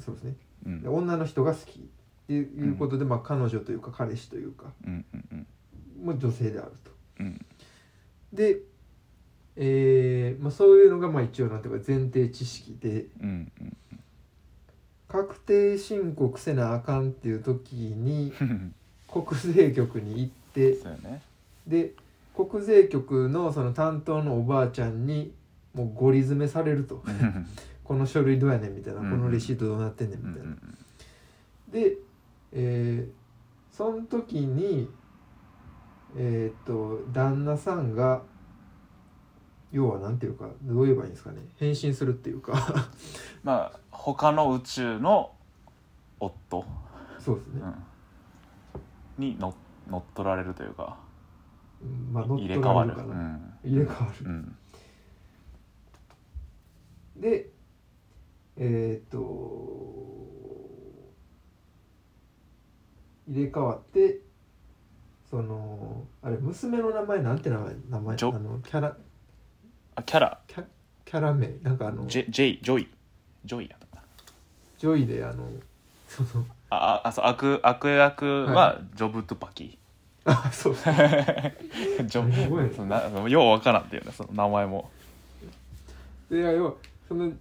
Speaker 1: そうですね
Speaker 2: う
Speaker 1: で
Speaker 2: ん
Speaker 1: 女の人が好きっていうことで、まあ彼女というか彼氏というか
Speaker 2: うんうんうん
Speaker 1: もう女性であると。
Speaker 2: うん
Speaker 1: で、えーまあ、そういうのがまあ一応なんていうか前提知識で
Speaker 2: うんうん
Speaker 1: 確定申告せなあかんっていう時に
Speaker 2: ふふふ
Speaker 1: 国税局に行って
Speaker 2: そうよね
Speaker 1: で国税局のその担当のおばあちゃんにもうゴリ詰めされるとこの書類どうやねんみたいなこ
Speaker 2: うん
Speaker 1: のレシートどうなってんねん
Speaker 2: うん
Speaker 1: みた
Speaker 2: う
Speaker 1: いな。
Speaker 2: ん
Speaker 1: で、えーその時にえーっと旦那さんが要はなんていうかどう言えばいいんですかね変身するっていう か
Speaker 2: まあ他の宇宙の夫
Speaker 1: そうですね、
Speaker 2: うんに乗乗っ取られるというか
Speaker 1: まあ乗っ
Speaker 2: 入
Speaker 1: 取
Speaker 2: れ替わ
Speaker 1: られ
Speaker 2: る
Speaker 1: るか
Speaker 2: う
Speaker 1: な、
Speaker 2: ん
Speaker 1: 入れ替わる、
Speaker 2: うん
Speaker 1: でえーっと入れ替わってそのあれ娘の名前なんて名前名前あ
Speaker 2: ジョ
Speaker 1: のキャラ
Speaker 2: あキャラ
Speaker 1: キャキャラ名なんかあの
Speaker 2: ジ
Speaker 1: ジ
Speaker 2: ェジェイジョイジョイやったかな
Speaker 1: ョイであのその
Speaker 2: あああそう悪悪役はジョブトゥパ キ、
Speaker 1: あそう
Speaker 2: ジ
Speaker 1: すごい
Speaker 2: ョそんなようわからんっていうねその名前も
Speaker 1: で要はその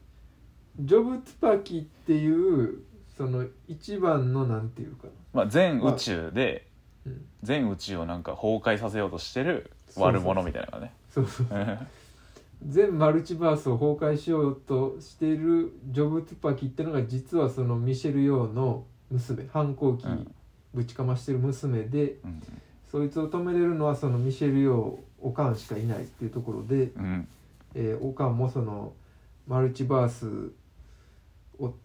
Speaker 1: ジョブ・ツパキっていうその一番のなんていうかな、
Speaker 2: まあ全宇宙で
Speaker 1: うん、
Speaker 2: 全宇宙をなんか崩壊させようとしてる悪者みたいなのがね
Speaker 1: そうそう全マルチバースを崩壊しようとしているジョブ・ツパキってのが実はそのミシェル・ヨーの娘反抗期
Speaker 2: うん
Speaker 1: ぶちかましてる娘で、
Speaker 2: うん
Speaker 1: そいつを止めれるのはそのミシェル・ヨーおかんしかいないっていうところで、
Speaker 2: うん
Speaker 1: えー、オカンもそのマルチバースを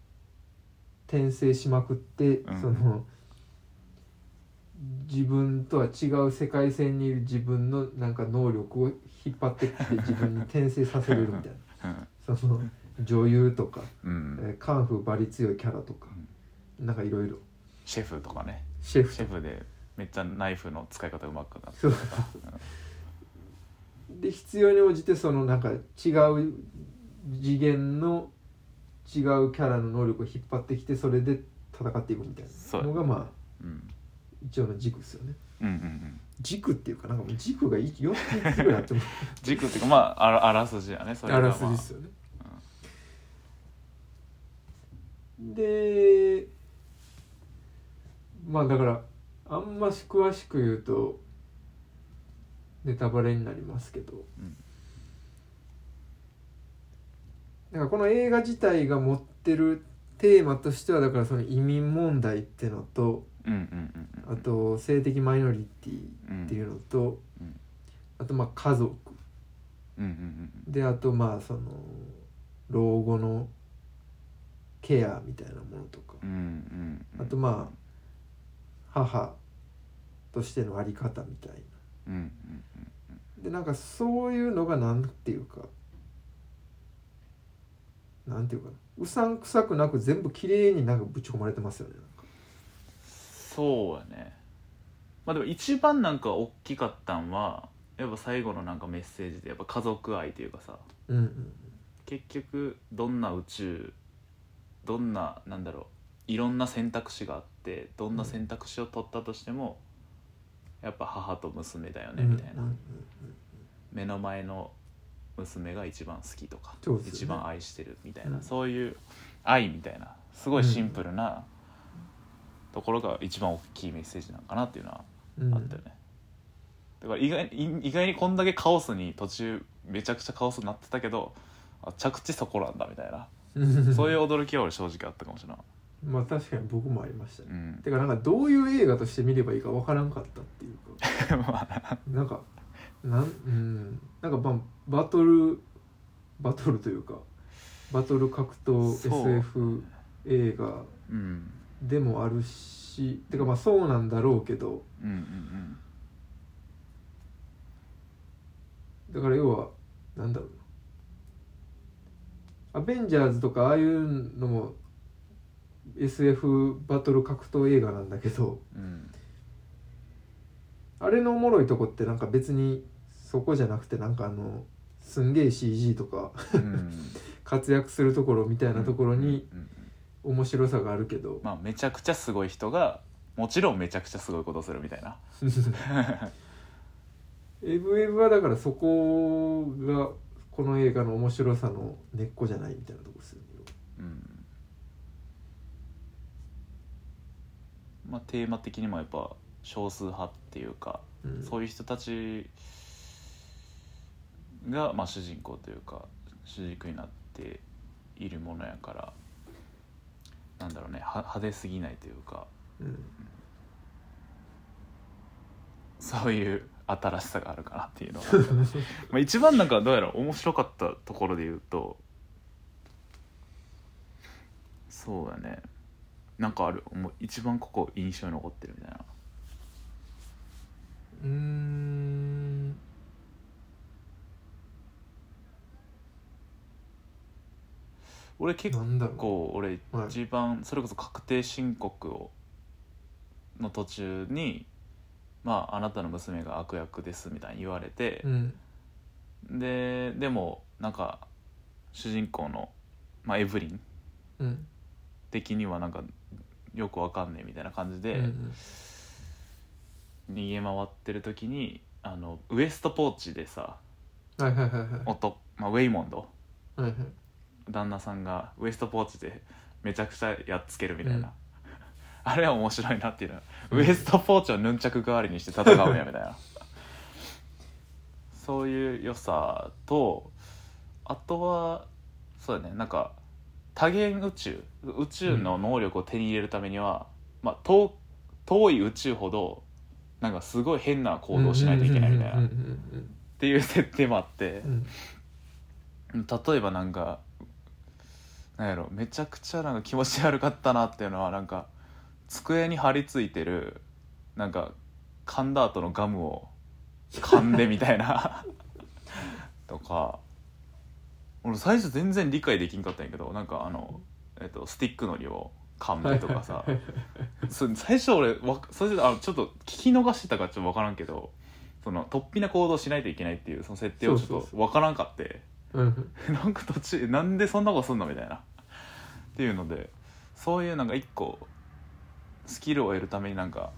Speaker 1: 転生しまくって、
Speaker 2: うん
Speaker 1: その自分とは違う世界線にいる自分のなんか能力を引っ張って きて自分に転生させれるみたい
Speaker 2: うん
Speaker 1: なその女優とか、
Speaker 2: うん
Speaker 1: えーカンフーバリ強いキャラとか、なんかいろいろ
Speaker 2: シェフとかね
Speaker 1: シェフ
Speaker 2: シ
Speaker 1: と
Speaker 2: ェ
Speaker 1: か
Speaker 2: フでめっちゃナイフの使い方うまくなって
Speaker 1: そう で必要に応じてそのなんか違う次元の違うキャラの能力を引っ張ってきてそれで戦っていくみたい
Speaker 2: そう
Speaker 1: なのがまあ
Speaker 2: うん
Speaker 1: 一応の軸ですよね
Speaker 2: うんうんうん
Speaker 1: 軸っていうかなんかもう軸が4つぐらいあっても
Speaker 2: 軸っていうかまああらあらすじやねそれ
Speaker 1: あ
Speaker 2: がま
Speaker 1: ら
Speaker 2: あ
Speaker 1: すじですよね、でまあだからあんまし詳しく言うとネタバレになりますけど、
Speaker 2: うん
Speaker 1: だからこの映画自体が持ってるテーマとしてはだからその移民問題ってのと
Speaker 2: うんうんうんうん
Speaker 1: あと性的マイノリティ
Speaker 2: うん
Speaker 1: っていうのと、
Speaker 2: うん
Speaker 1: あとまあ家族
Speaker 2: うんうん
Speaker 1: であとまあその老後のケアみたいなものとか
Speaker 2: うんうんうんうん
Speaker 1: あとまあ母としての在り方みたいな
Speaker 2: うんうん
Speaker 1: でなんかそういうのがなんていうかなんていうかなうさんくさくなく全部綺麗になんかぶち込まれてますよねなんか
Speaker 2: そうやねまあでも一番なんか大きかったんはやっぱ最後のなんかメッセージでやっぱ家族愛というかさ
Speaker 1: うん
Speaker 2: 結局どんな宇宙どんななんだろういろんな選択肢があってどんな選択肢を取ったとしても、やっぱ母と娘だよねみたいな、
Speaker 1: うんうん
Speaker 2: 目の前の娘が一番好きとか、
Speaker 1: そうですよね
Speaker 2: 一番愛してるみたいな、
Speaker 1: うん
Speaker 2: そういう愛みたいなすごいシンプルなところが一番大きいメッセージなのかなっていうのは
Speaker 1: うん
Speaker 2: あったよね、だから意外に意外にこんだけカオスに途中めちゃくちゃカオスになってたけどあ着地そこなんだみたいな、
Speaker 1: うん
Speaker 2: そういう驚きは俺正直あったかもしれない、
Speaker 1: まあ確かに僕もありましたね
Speaker 2: う、ん、
Speaker 1: てかなんかどういう映画として見ればいいかわからんかったっていうか
Speaker 2: まあ
Speaker 1: なんかなんうんなんかババトルバトルというかバトル格闘
Speaker 2: そう
Speaker 1: SF 映画
Speaker 2: うん
Speaker 1: でもあるしてかまあそうなんだろうけど
Speaker 2: うんうん
Speaker 1: だから要はなんだろうなアベンジャーズとかああいうのも SF バトル格闘映画なんだけど
Speaker 2: うんうん
Speaker 1: あれのおもろいとこってなんか別にそこじゃなくてなんかあのすんげえ CG とか
Speaker 2: うん
Speaker 1: 活躍するところみたいなところに
Speaker 2: うんうんうん
Speaker 1: 面白さがあるけど、
Speaker 2: まあめちゃくちゃすごい人がもちろんめちゃくちゃすごいことするみたいな
Speaker 1: エブエブはだからそこがこの映画の面白さの根っこじゃないみたいなとこですよね。
Speaker 2: うんまあテーマ的にもやっぱ少数派っていうか
Speaker 1: うん、
Speaker 2: そういう人たちが、まあ、主人公というか主軸になっているものやからなんだろうねは派手すぎないというか
Speaker 1: うん
Speaker 2: そういう新しさがあるかなっていうのがまあ一番なんかどうやら面白かったところで言うとそうだねなんかあるもう一番ここ印象に残ってるみたいな
Speaker 1: うーん
Speaker 2: 俺結
Speaker 1: なんだろう
Speaker 2: 構俺
Speaker 1: はい
Speaker 2: 一番それこそ確定申告をの途中に「まああなたの娘が悪役です」みたいに言われて
Speaker 1: う、ん
Speaker 2: ででもなんか主人公の、まあ、エブリン
Speaker 1: うん
Speaker 2: 的にはなんかよくわかんねえみたいな感じ
Speaker 1: う
Speaker 2: で
Speaker 1: ん
Speaker 2: 逃げ回ってる時にあのウエストポーチでさ
Speaker 1: はいはいはいはい
Speaker 2: 音、まあ、ウェイモンド
Speaker 1: はいはい
Speaker 2: 旦那さんがウエストポーチでめちゃくちゃやっつけるみたいな、 あれは面白いなっていうのは、
Speaker 1: うん
Speaker 2: ウエストポーチをヌンチャク代わりにして戦うんやみた いなそういう良さとあとはそうだねなんか多元宇宙宇宙の能力を手に入れるためには、まあ、遠遠い宇宙ほどなんかすごい変な行動をしないといけないみたいな、
Speaker 1: うんうん
Speaker 2: っ
Speaker 1: うん
Speaker 2: ていう設定もあって。
Speaker 1: うんうん
Speaker 2: 例えばなんかなんやろめちゃくちゃなんか気持ち悪かったなっていうのはなんか机に張り付いてるなんか噛んだ後のガムを噛んでみたいな とか俺最初全然理解できんかったんやけどなんかあの、えっと、スティックのりを噛
Speaker 1: は
Speaker 2: む
Speaker 1: い
Speaker 2: とかさそ最初俺わそれであちょっと聞き逃してたからちょっと分からんけどその突飛な行動しないといけないっていうその設定をち
Speaker 1: そ
Speaker 2: ょ
Speaker 1: う
Speaker 2: っ
Speaker 1: そう
Speaker 2: と分からんかって。
Speaker 1: うん
Speaker 2: なんか途中なんでそんなことすんのみたいなっていうのでそういうなんか一個スキルを得るためになんか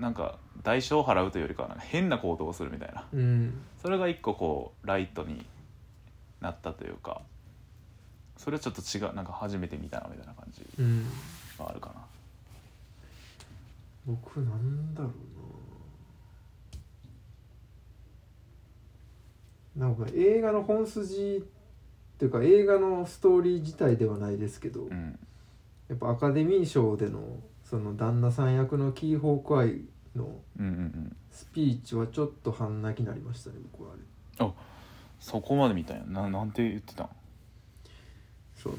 Speaker 2: なんか代償を払うというよりかはなんか変な行動をするみたいな
Speaker 1: うん
Speaker 2: それが一個こうライトになったというかそれはちょっと違うなんか初めて見たなみたいな感じ
Speaker 1: うん
Speaker 2: があるかな
Speaker 1: 僕なんだろうななんか映画の本筋っていうか映画のストーリー自体ではないですけど、
Speaker 2: う
Speaker 1: や
Speaker 2: ん
Speaker 1: っぱアカデミー賞でのその旦那さん役のキーホークアイの
Speaker 2: うんうんうん
Speaker 1: スピーチはちょっと半泣きになりましたね僕はあれ
Speaker 2: そこまで見たんやななんて言ってたん
Speaker 1: その、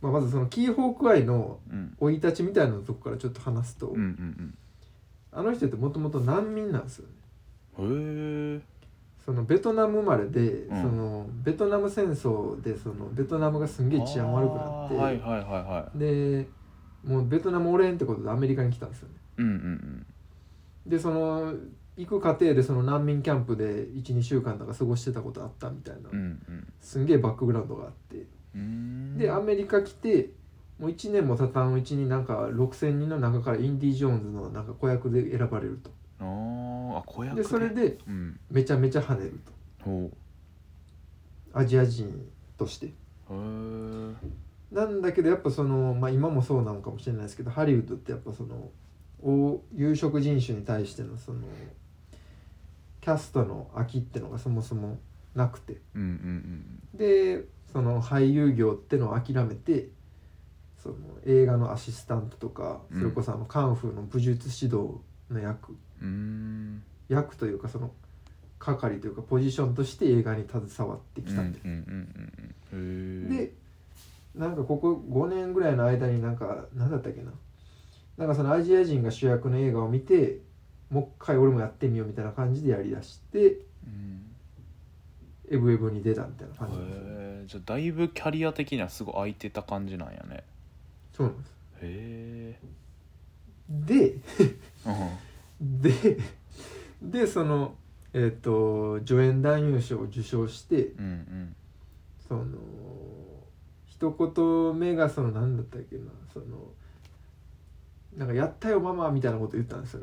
Speaker 1: まあ、まずそのキーホークアイの
Speaker 2: うん
Speaker 1: 生い立ちみたいなとこからちょっと話すと、
Speaker 2: うんうん
Speaker 1: あの人ってもともと難民なんですよね
Speaker 2: うんへえ
Speaker 1: そのベトナム生まれで、
Speaker 2: ん
Speaker 1: そのベトナム戦争でそのベトナムがすんげえ治安悪くなって、
Speaker 2: はいはいはいはい
Speaker 1: でもうベトナムおれんってことでアメリカに来たんですよね
Speaker 2: うんうん
Speaker 1: でその行く過程でその難民キャンプで12週間とか過ごしてたことあったみたいな、
Speaker 2: うん
Speaker 1: すんげえバックグラウンドがあって
Speaker 2: うん
Speaker 1: でアメリカ来てもう1年も経たんうちになんか6,000人の中からインディ・ジョーンズのなんか子役で選ばれる
Speaker 2: あーあ子
Speaker 1: と
Speaker 2: 役
Speaker 1: でそれで
Speaker 2: うん
Speaker 1: めちゃめちゃ跳ねると
Speaker 2: ほ
Speaker 1: アジア人として
Speaker 2: うへー
Speaker 1: なんだけどやっぱその、まあ、今もそうなのかもしれないですけどハリウッドってやっぱそのお有色人種に対してのそのキャストの空きってのがそもそもなくて
Speaker 2: うんうん
Speaker 1: でその俳優業ってのを諦めてその映画のアシスタントとか
Speaker 2: うん
Speaker 1: それこそあのカンフーの武術指導の役、
Speaker 2: うんうん
Speaker 1: 役というかその係というかポジションとして映画に携わってきたみたいな。
Speaker 2: うんうんうんうんへえ
Speaker 1: でなんかここ5年ぐらいの間になんか何だったっけななんかそのアジア人が主役の映画を見てもう一回俺もやってみようみたいな感じでやりだして
Speaker 2: うん
Speaker 1: 「エブエブ」に出たみたいな
Speaker 2: へ
Speaker 1: 感じなんですよ
Speaker 2: えじゃあだいぶキャリア的にはすごい空いてた感じなんやね
Speaker 1: そうなんです
Speaker 2: へえ
Speaker 1: で
Speaker 2: う
Speaker 1: ででそのえっ、と助演男優賞を受賞して
Speaker 2: んうん
Speaker 1: その一言目がその何だったっけなそのなんか「やったよママ」みたいなこと言ったんですよ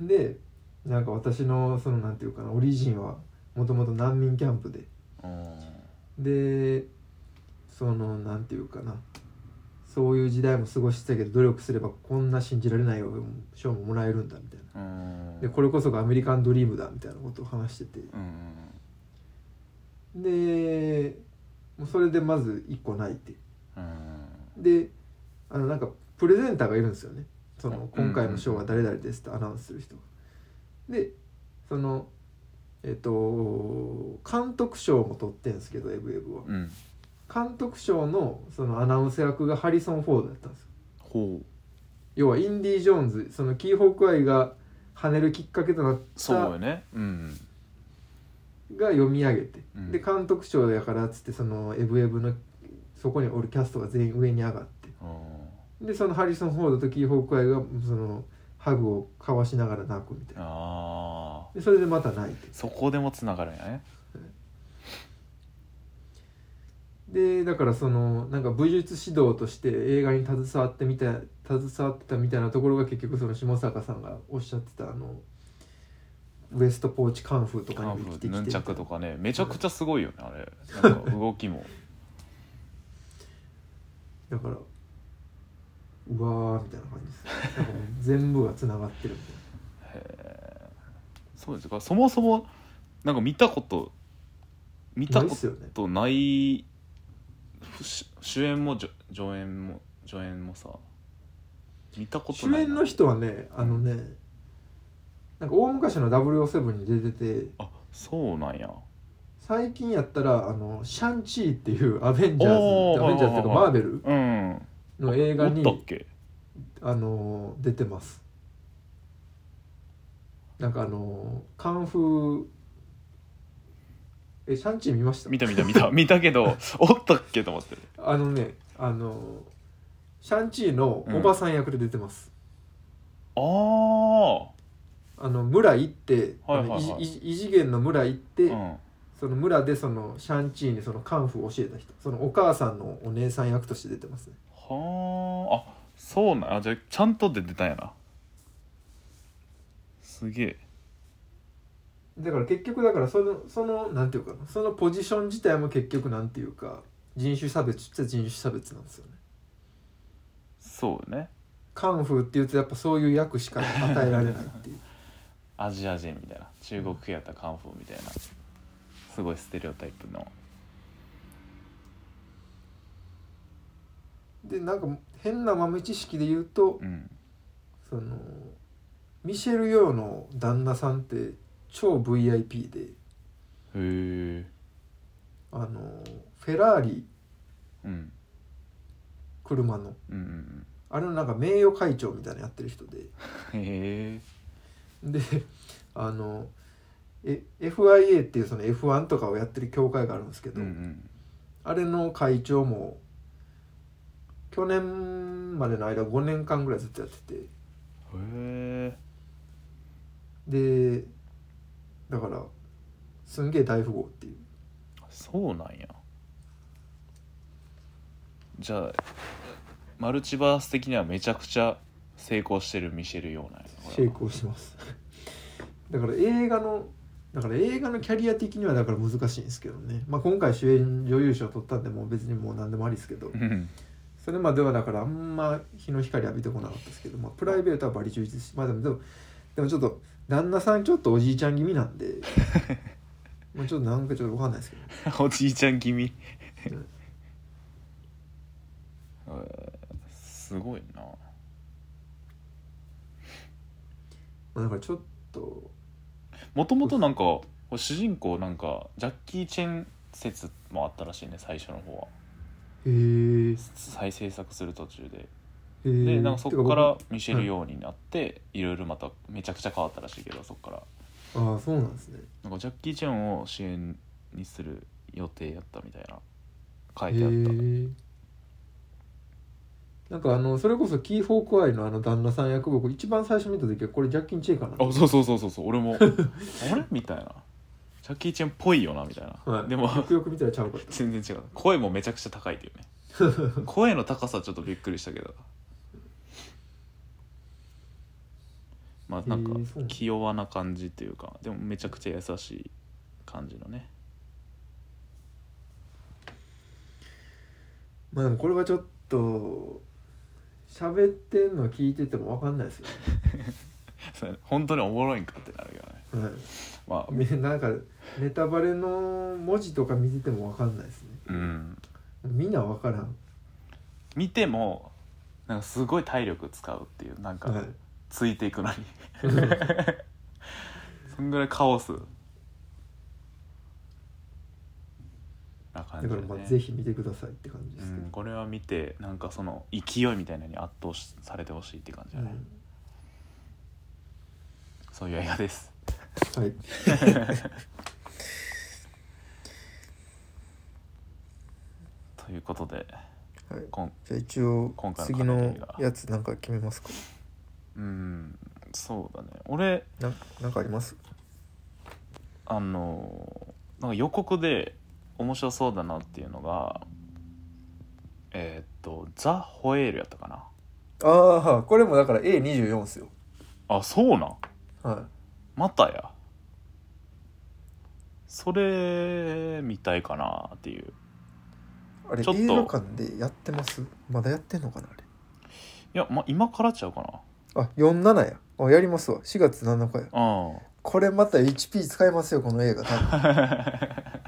Speaker 1: でなんか私のそのなんていうかなオリジンはもともと難民キャンプで
Speaker 2: うん
Speaker 1: でそのなんていうかなそういう時代も過ごしてたけど努力すればこんな信じられない賞ももらえるんだみたいな
Speaker 2: うん
Speaker 1: でこれこそがアメリカンドリームだみたいなことを話してて
Speaker 2: うんうん
Speaker 1: でもうそれでまず1個泣いて
Speaker 2: うん
Speaker 1: であのなんかプレゼンターがいるんですよねその
Speaker 2: うん
Speaker 1: 今回の賞は誰々ですってアナウンスする人が。でそのえっと監督賞も取ってんですけど「エブエブは
Speaker 2: うん
Speaker 1: 監督賞のそのアナウンス役がハリソン・フォードだったんですよ
Speaker 2: ほう
Speaker 1: 要はインディ・ジョーンズそのキーホークアイが跳ねるきっかけとなっ
Speaker 2: そう
Speaker 1: た
Speaker 2: よねうん
Speaker 1: が読み上げて、
Speaker 2: うん
Speaker 1: で監督賞やからっつってその「エブエブのそこにおるキャストが全員上に上がって
Speaker 2: うん
Speaker 1: でそのハリソン・フォードとキー・ホークアイがそのハグを交わしながら泣くみたいな
Speaker 2: ああ
Speaker 1: でそれでまた泣いて
Speaker 2: そこでもつながるんやね
Speaker 1: でだからそのなんか武術指導として映画に携わってみた携わってたみたいなところが結局その下坂さんがおっしゃってたあのウエストポーチカンフーとか
Speaker 2: カ
Speaker 1: にも
Speaker 2: ン
Speaker 1: 生
Speaker 2: フ
Speaker 1: きて
Speaker 2: ー
Speaker 1: き
Speaker 2: ヌ
Speaker 1: て
Speaker 2: ン
Speaker 1: み
Speaker 2: チ
Speaker 1: た
Speaker 2: ャ
Speaker 1: い
Speaker 2: ク
Speaker 1: な
Speaker 2: とかねめちゃくちゃすごいよねあれなんか動 きも
Speaker 1: だからうわーみたいな感じですなんかもう全部がつながってるみたいな
Speaker 2: そうですかそもそもなんか見たこと見た
Speaker 1: ない
Speaker 2: こ
Speaker 1: っすよね
Speaker 2: とないし主演もじょ上演も上演もさ見たこと
Speaker 1: 主
Speaker 2: ない
Speaker 1: 演
Speaker 2: な
Speaker 1: の人はねあのねなんか大昔の007に出てて
Speaker 2: あそうなんや
Speaker 1: 最近やったらあのシャンチーっていうアベンジャー
Speaker 2: お
Speaker 1: ズ
Speaker 2: ー
Speaker 1: アベンジャーズっていうかマーベル
Speaker 2: うんあ
Speaker 1: の映画
Speaker 2: おったっ
Speaker 1: に
Speaker 2: け
Speaker 1: あの出てますなんかあのカンフーえシャンチー見ました
Speaker 2: 見た見た見た見たけどおったっけと思って
Speaker 1: あのねあのシャンチーのおばさん役で出てます、
Speaker 2: ああ
Speaker 1: あの村行って、
Speaker 2: はいはいはい
Speaker 1: あの異次異次元の村行って、
Speaker 2: うん
Speaker 1: その村でそのシャンチーにそのカンフーを教えた人そのお母さんのお姉さん役として出てますね
Speaker 2: はああそうなんあじゃあちゃんと出てたんやなすげえ
Speaker 1: だから結局だからそのそのなんていうかなそのポジション自体も結局なんていうか人種差別っちゃ人種差別なんですよね
Speaker 2: そうね
Speaker 1: カンフーって言うとやっぱそういう役しか与えられないっていう
Speaker 2: アジア人みたいな中国系やったらカンフーみたいなすごいステレオタイプの
Speaker 1: でなんか変な豆知識で言うと
Speaker 2: うん
Speaker 1: そのミシェル・ヨーの旦那さんって超 VIP で
Speaker 2: へえ
Speaker 1: あのフェラーリ
Speaker 2: うん
Speaker 1: 車の
Speaker 2: うんうん
Speaker 1: あれのなんか名誉会長みたいなのやってる人で
Speaker 2: うんへえ
Speaker 1: であのえ FIA っていうその F1 とかをやってる協会があるんですけ
Speaker 2: う
Speaker 1: ど、
Speaker 2: んうん
Speaker 1: あれの会長も去年までの間5年間ぐらいずっとやってて
Speaker 2: へえ
Speaker 1: でだからすんげえ大富豪っていう
Speaker 2: そうなんやじゃあマルチバース的にはめちゃくちゃ成功してる見せるようなんやこれ
Speaker 1: 成
Speaker 2: は
Speaker 1: 功してます だから映画のだから映画のキャリア的にはだから難しいんですけどね、まあ、今回主演女優賞取ったんでもう別にもう何でもありですけど
Speaker 2: うん
Speaker 1: それまではだからあんま日の光浴びてこなかったですけど、まあ、プライベートはバリ充実しまあでもでもでもちょっと旦那さんちょっとおじいちゃん気味なん でまあちょっとなんかちょっとわかんないですけど
Speaker 2: おじいちゃん君
Speaker 1: うん
Speaker 2: えーすごいな
Speaker 1: まあだからちょっと
Speaker 2: もともとなんかこう主人公なんかジャッキー・チェン説もあったらしいね最初の方は
Speaker 1: へえ
Speaker 2: 再制作する途中で
Speaker 1: へ
Speaker 2: で
Speaker 1: え
Speaker 2: なんかそこから見せるようになっていろいろまためちゃくちゃ変わったらしいけどそこから
Speaker 1: ああそうなんですね
Speaker 2: なんかジャッキー・チェンを主演にする予定やったみたいな書
Speaker 1: へ
Speaker 2: いてあった
Speaker 1: えなんかあのそれこそキー・フォークアイのあの旦那さん役僕一番最初見た時はこれジャッキン・チェイかな
Speaker 2: あそうそうそうそうそう俺も あれみたいなジャッキー・チェンっぽいよなみたいな、
Speaker 1: はい
Speaker 2: でも
Speaker 1: よくよく見たらちゃうかった
Speaker 2: 全然違う声もめちゃくちゃ高いっていうね 声の高さちょっとびっくりしたけどまあなんか
Speaker 1: へえそうなんだ
Speaker 2: 気弱な感じっていうかでもめちゃくちゃ優しい感じのね
Speaker 1: まあでもこれはちょっと喋ってんの聞いてても分かんないですよ、
Speaker 2: それ本当におもろいんかってなるけどね
Speaker 1: はい
Speaker 2: まあ
Speaker 1: みなんかネタバレの文字とか見てても分かんないですね
Speaker 2: うん
Speaker 1: みんな分からん、
Speaker 2: 見てもなんかすごい体力使うっていうなんか、
Speaker 1: はい、
Speaker 2: ついてい くのにそんぐらいカオスな感
Speaker 1: だ
Speaker 2: じ
Speaker 1: か
Speaker 2: で、
Speaker 1: ら
Speaker 2: ね、
Speaker 1: まあぜひ見てくださいって感じで
Speaker 2: う
Speaker 1: すけど、
Speaker 2: ん、これは見てなんかその勢いみたいなのに圧倒しされてほしいって感じだね、そういう映画です
Speaker 1: うんはい
Speaker 2: ということで
Speaker 1: はい
Speaker 2: こん
Speaker 1: じゃあ一応
Speaker 2: 今回の
Speaker 1: 次
Speaker 2: カ
Speaker 1: の
Speaker 2: テゴリーが
Speaker 1: やつなんか決めますか
Speaker 2: うんそうだね俺
Speaker 1: なんなんかあります
Speaker 2: あのなんか予告で面白そうだなっていうのがえーっと「ザ・ホエール」やったかな
Speaker 1: ああこれもだから A24 っすよ
Speaker 2: あそうなん
Speaker 1: は
Speaker 2: またやそれみたいかなっていう
Speaker 1: いあれ
Speaker 2: ちょっと
Speaker 1: 映画館でやってますまだやってんのかなあれ
Speaker 2: いや、ま、今からちゃうか
Speaker 1: あ47やあやりますわ4月7日や
Speaker 2: なうん
Speaker 1: これまた HP 使えますよこの映画多分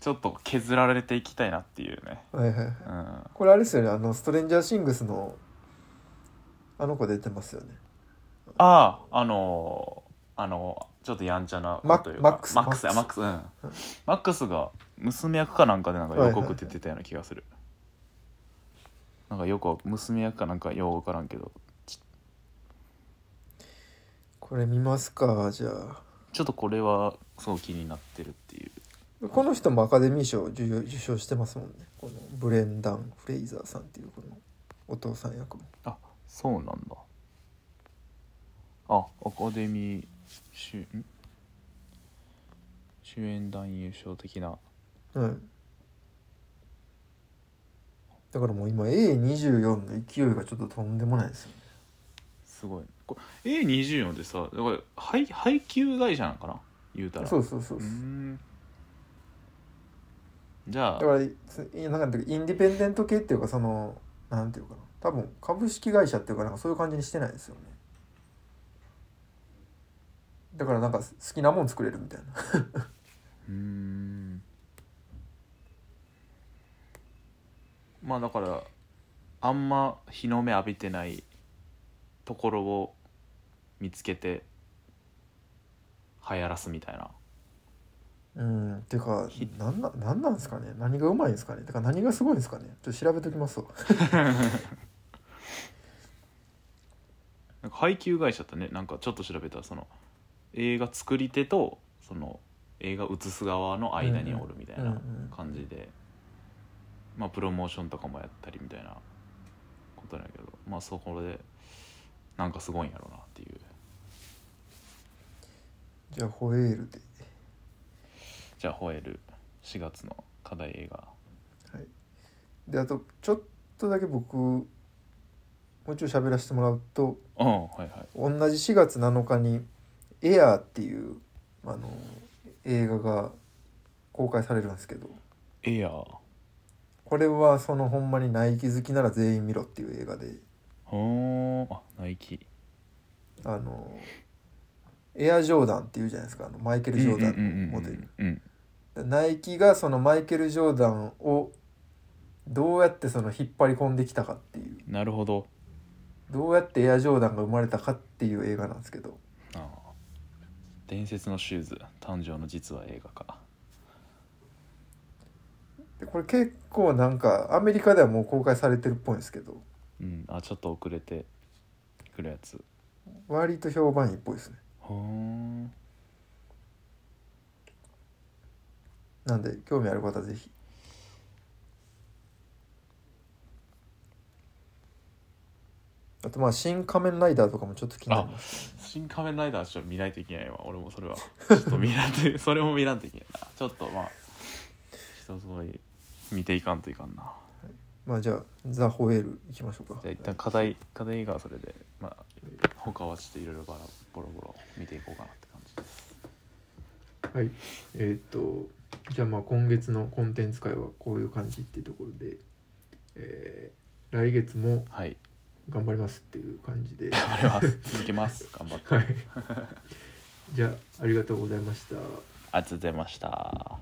Speaker 2: ちょっと削られていきたいなっていうね
Speaker 1: はいはいはい
Speaker 2: うん
Speaker 1: これあれですよねあのストレンジャーシングスのあの子出てますよね
Speaker 2: あああのーあのーちょっとやんちゃな
Speaker 1: マ
Speaker 2: 子というか
Speaker 1: マックス
Speaker 2: マックスマ
Speaker 1: マ
Speaker 2: ッ
Speaker 1: ッ
Speaker 2: クスうん
Speaker 1: うん
Speaker 2: マックスが娘役かなんかでなんか予告って出てたような気がする、なんかよく娘役かなんかよう分からんけど
Speaker 1: これ見ますかじゃあ
Speaker 2: ちょっとこれはそう気になってるっていう
Speaker 1: この人もアカデミー賞を受受賞してますもんねこのブレンダン・フレイザーさんっていうこのお父さん役も
Speaker 2: あそうなんだあアカデミー主ん主演男優賞的な
Speaker 1: うんだからもう今 A24 の勢いがちょっととんでもないですよね
Speaker 2: すごいこれ A24 でさだから配配給会社なのかな言うたら
Speaker 1: そううそうそうそう
Speaker 2: ー
Speaker 1: うん
Speaker 2: じゃ
Speaker 1: だ
Speaker 2: あ
Speaker 1: からいなんかインディペンデント系っていうかそのなんていうかな多分株式会社っていうかなんかそういう感じにしてないですよねだからなんか好きなもん作れるみたいな
Speaker 2: うーんまあだからあんま日の目浴びてないところを見つけて流行らすみたいな
Speaker 1: うんっていうかなんななんなんですかね何がうまいんですかねだから何がすごいんですかねちょっと調べときますわ
Speaker 2: なんか配給会社ってねなんかちょっと調べたらその映画作り手とその映画映す側の間におるみたい
Speaker 1: うんう
Speaker 2: なん感じで、まあプロモーションとかもやったりみたいなことなんやけどまあそこでなんかすごいんやろうなっていう
Speaker 1: じゃあホエールで
Speaker 2: じゃあホエール4月の課題映画
Speaker 1: であとちょっとだけ僕もうちょい喋らせてもらうと
Speaker 2: うんはいはい
Speaker 1: 同じ4月7日に「エアー」っていうあの映画が公開されるんですけど
Speaker 2: エアー
Speaker 1: これはそのほんまにナイキ好きなら全員見ろっていう映画で
Speaker 2: ほーあナイキ
Speaker 1: あのエアジョーダンっていうじゃないですかあのマイケル・ジョーダンのモデル。
Speaker 2: うんうん
Speaker 1: ナイキがそのマイケル・ジョーダンをどうやってその引っ張り込んできたかっていう
Speaker 2: なるほど
Speaker 1: どうやってエアジョーダンが生まれたかっていう映画なんですけど
Speaker 2: ああ伝説のシューズ誕生の実は映画か
Speaker 1: でこれ結構なんかアメリカではもう公開されてるっぽいんですけど
Speaker 2: うんあちょっと遅れてくるやつ
Speaker 1: 割と評判いいっぽいですね
Speaker 2: ほー
Speaker 1: なんで興味ある方はぜひあとまあ「新仮面ライダー」とかもちょっと気になります
Speaker 2: 新仮面ライダーちょっと見ないといけないわ俺もそれはちょっと見ないとそれも見らんといけないなちょっとまあ人それ見ていかんといかんな
Speaker 1: まあじゃあ「ザ・ホエール」いきましょうか
Speaker 2: じゃあ一旦課題課題がそれでまあ他はちょっといろいろバラボロボロ見ていこうかなって感じです
Speaker 1: はい、えーっとじゃあまあ今月のコンテンツ会はこういう感じっていうところで、えー来月も
Speaker 2: はい
Speaker 1: 頑張りますっていう感 じで、
Speaker 2: 頑張ります続けます頑張って
Speaker 1: はい、じゃあありがとうございました。
Speaker 2: ありがとうございました